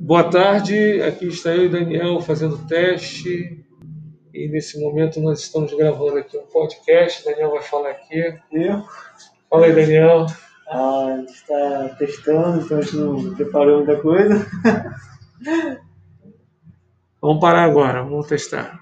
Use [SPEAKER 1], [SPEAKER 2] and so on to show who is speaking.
[SPEAKER 1] Boa tarde, aqui está eu e Daniel fazendo teste. E nesse momento nós estamos gravando aqui um podcast. Daniel vai falar aqui.
[SPEAKER 2] Eu?
[SPEAKER 1] Fala aí, Daniel.
[SPEAKER 2] Ah, a gente está testando, então a gente não preparou muita coisa.
[SPEAKER 1] Vamos parar agora, vamos testar.